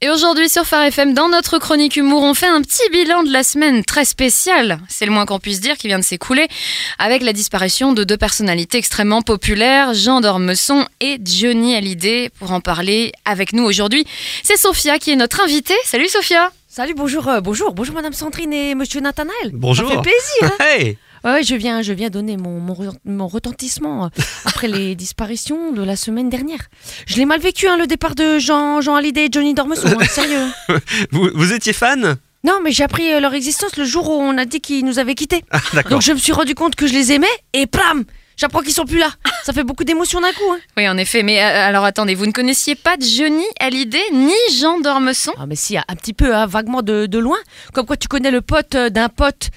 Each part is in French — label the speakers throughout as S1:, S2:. S1: Et aujourd'hui sur Phare FM, dans notre chronique humour, on fait un petit bilan de la semaine très spéciale, c'est le moins qu'on puisse dire, qui vient de s'écouler, avec la disparition de deux personnalités extrêmement populaires, Jean d'Ormesson et Johnny Hallyday. Pour en parler avec nous aujourd'hui, c'est Sophia qui est notre invitée. Salut Sophia
S2: Salut, bonjour, euh, bonjour, bonjour Madame Sandrine et Monsieur Nathanaël.
S3: Bonjour.
S2: Ça fait plaisir. hein.
S3: Hey
S2: Ouais, ouais, je viens, je viens donner mon, mon, re- mon retentissement euh, après les disparitions de la semaine dernière. Je l'ai mal vécu, hein, le départ de Jean, Jean Hallyday et Johnny Dormeson, hein, sérieux.
S3: vous, vous étiez fan
S2: Non, mais j'ai appris euh, leur existence le jour où on a dit qu'ils nous avaient quittés.
S3: Ah, D'accord.
S2: Donc je me suis rendu compte que je les aimais et plam J'apprends qu'ils sont plus là. Ça fait beaucoup d'émotions d'un coup. hein.
S1: Oui, en effet, mais euh, alors attendez, vous ne connaissiez pas Johnny Hallyday ni Jean d'Ormesson
S2: Ah, mais si, un petit peu, hein, vaguement de, de loin. Comme quoi tu connais le pote euh, d'un pote,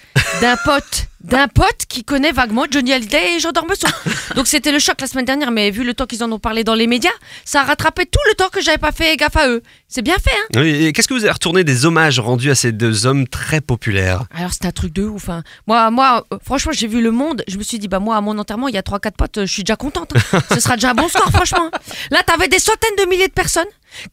S2: d'un pote, d'un pote qui connaît vaguement Johnny Hallyday et Jean d'Ormesson. Donc c'était le choc la semaine dernière, mais vu le temps qu'ils en ont parlé dans les médias, ça a rattrapé tout le temps que j'avais pas fait gaffe à eux. C'est bien fait, hein
S3: Oui, et Qu'est-ce que vous avez retourné des hommages rendus à ces deux hommes très populaires
S2: alors c'est un truc de ouf. Hein. Moi, moi, euh, franchement, j'ai vu le monde. Je me suis dit, bah moi, à mon enterrement, il y a trois, quatre potes, euh, je suis déjà contente. hein. Ce sera déjà un bon score, franchement. Là, t'avais des centaines de milliers de personnes,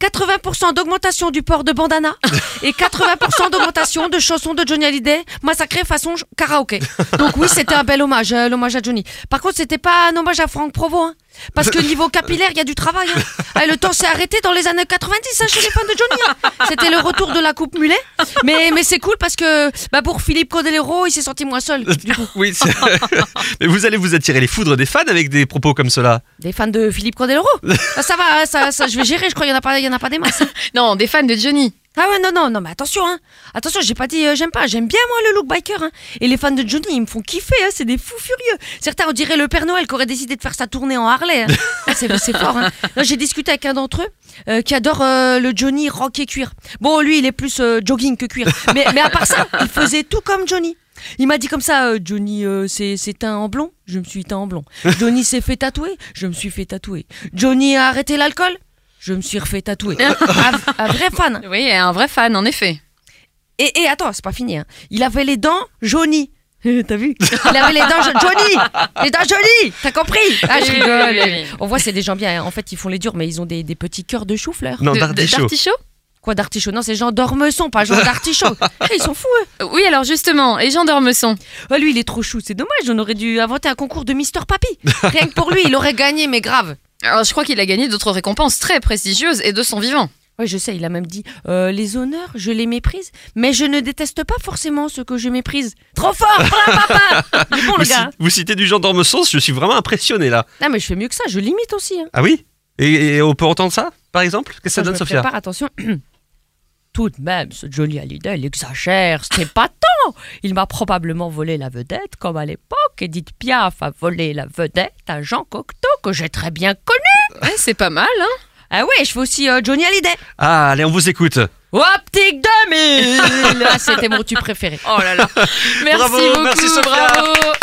S2: 80% d'augmentation du port de bandana et 80% d'augmentation de chansons de Johnny Hallyday massacrées façon ch- karaoké. Donc oui, c'était un bel hommage, euh, l'hommage à Johnny. Par contre, c'était pas un hommage à Franck Provo, hein. parce que niveau capillaire, il y a du travail. hein. Eh, le temps s'est arrêté dans les années 90 hein, chez les fans de Johnny. hein. C'était le retour de la coupe mulet, mais mais c'est cool parce que bah pour Philippe Codellero, il s'est sorti moins seul. du coup.
S3: Oui, c'est- Mais vous allez vous attirer les foudres des fans avec des propos comme cela.
S2: Des fans de Philippe Codellero, Ah, ça va, hein, ça, ça, je vais gérer. Je crois qu'il y en a pas, il y en a pas des masses.
S1: Non, des fans de Johnny.
S2: Ah ouais, non, non, non, mais attention, hein. Attention, j'ai pas dit euh, j'aime pas, j'aime bien moi le look biker, hein. Et les fans de Johnny, ils me font kiffer, hein, c'est des fous furieux. Certains, on dirait le Père Noël qui aurait décidé de faire sa tournée en Harley. hein. Ah, c'est, c'est fort, hein. Là, j'ai discuté avec un d'entre eux euh, qui adore euh, le Johnny rock et cuir. Bon, lui, il est plus euh, jogging que cuir. Mais, mais à part ça, il faisait tout comme Johnny. Il m'a dit comme ça, euh, Johnny euh, s'est s'est teint en blond, je me suis teint en blond. Johnny s'est fait tatouer, je me suis fait tatouer. Johnny a arrêté l'alcool, je me suis refait tatouer. Un, un vrai fan. hein.
S1: Oui, un vrai fan, en effet.
S2: Et, et attends, c'est pas fini. hein. Il avait les dents jaunies. Euh, T'as vu Il avait les dents ja- jaunies Les dents jaunies T'as compris Ah, je
S1: Oui,
S2: rigole.
S1: oui, oui, oui.
S2: On voit, c'est des gens bien. hein. En fait, ils font les durs, mais ils ont des, des petits cœurs de chou-fleur.
S3: Non,
S1: De- de-
S3: d'artichaut.
S1: d'artichaut
S2: Quoi d'artichaut Non, c'est Jean d'Ormesson, pas Jean d'artichaut. Eh, ils sont fous, eux.
S1: Oui, alors justement, et Jean d'Ormesson
S2: Ah, lui, il est trop chou. C'est dommage, on aurait dû inventer un concours de Mister Papy. Rien que pour lui, il aurait gagné, mais grave.
S1: Alors, je crois qu'il a gagné d'autres récompenses très prestigieuses et de son vivant.
S2: Ouais, je sais, il a même dit euh, les honneurs, je les méprise, mais je ne déteste pas forcément ce que je méprise. Trop fort, plein papa Il est bon,
S3: Vous,
S2: le
S3: ci-
S2: gars.
S3: vous citez du gendarme sens, je suis vraiment impressionné là.
S2: Non, mais je fais mieux que ça, je limite aussi. hein.
S3: Ah oui et, et on peut entendre ça, par exemple Qu'est-ce que ça
S2: Attends,
S3: donne,
S2: je me
S3: Sophia
S2: prépare, attention. Tout de même, ce Johnny Hallyday, il exagère, c'est pas tant. Il m'a probablement volé la vedette, comme à l'époque, Edith Piaf a volé la vedette à Jean Cocteau, que j'ai très bien connu.
S1: Ouais, c'est pas mal, hein
S2: Ah ouais, je fais aussi euh, Johnny Hallyday.
S3: Ah, allez, on vous écoute.
S2: Optique 2000 Ah, C'était mon tu préféré.
S1: Oh là là Merci
S3: Bravo,
S1: beaucoup,
S3: merci, Sophia.
S1: bravo